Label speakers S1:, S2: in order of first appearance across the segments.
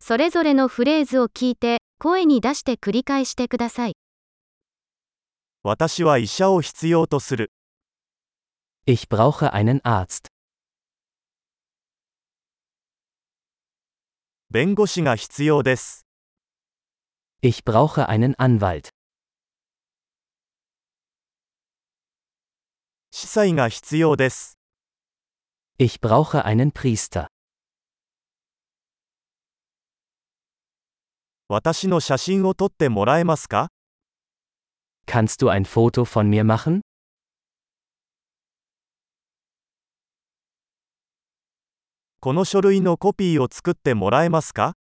S1: それぞれのフレーズを聞いて、声に出して繰り返してください。
S2: 私は医者を必要とする。
S3: Ich brauche einen Arzt.
S2: 弁護士が必要です。
S3: Ich brauche einen Anwalt.
S2: 司祭が必要です。
S3: Ich brauche einen Priester.
S2: 私の写真を撮ってもらえますか
S3: Kannst du ein Foto von mir machen?
S2: この書類のコピーを作ってもらえますか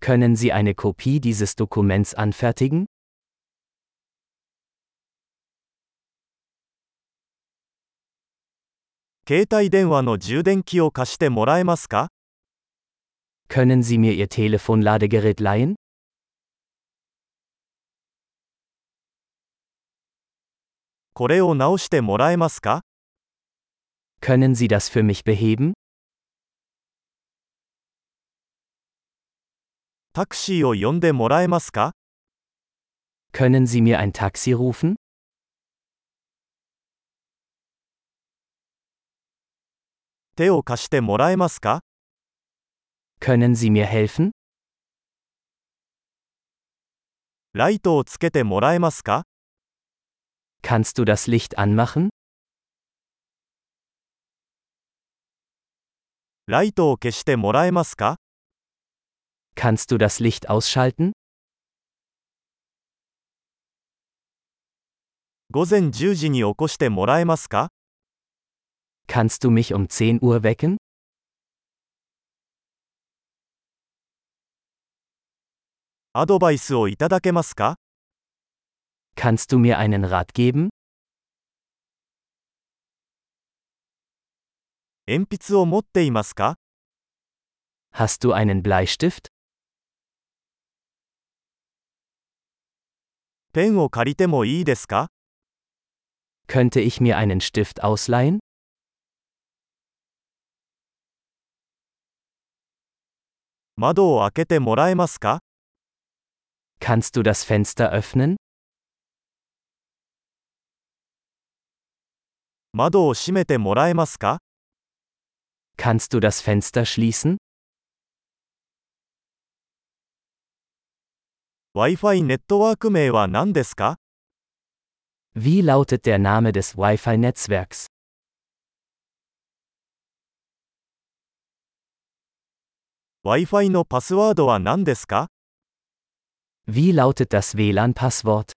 S3: Können Sie eine Kopie dieses Dokuments anfertigen?
S2: 携帯電話の充電器を貸してもらえますか
S3: Können Sie mir Ihr Telefonladegerät leihen?
S2: これを直してもらえますか
S3: Können Sie das für mich beheben?
S2: タクシーを呼んでもらえますか
S3: Können Sie mir ein Taxi rufen?
S2: 手を貸してもらえますか
S3: Können Sie mir helfen?
S2: ライトをつけてもらえますか
S3: Kannst du das Licht anmachen?
S2: ライトを消してもらえますか
S3: Kannst du das Licht ausschalten?
S2: 午前10時に起こしてもらえますか
S3: Kannst du mich um 10 Uhr wecken?
S2: アドバイスをいただけますか
S3: Kannst du mir einen Rat geben?
S2: 鉛筆を持っていますか
S3: Hast du einen Bleistift?
S2: ペンを借りてもいいですか
S3: Könnte ich mir einen Stift ausleihen?
S2: 窓を開けてもらえますか
S3: Kannst du das Fenster öffnen?
S2: 窓を閉めてもらえますか
S3: Kannst du das Fenster schließen?
S2: Wi-Fi ネットワーク名は何ですか
S3: Wie lautet der Name des Wi-Fi-Netzwerks?
S2: ワ i f i のパスワードは何ですか
S3: Wie lautet das WLAN-Passwort?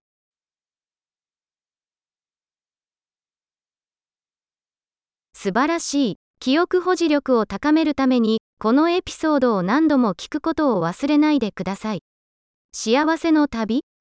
S1: 素晴らしい。記憶保持力を高めるために、このエピソードを何度も聞くことを忘れないでください。幸せの旅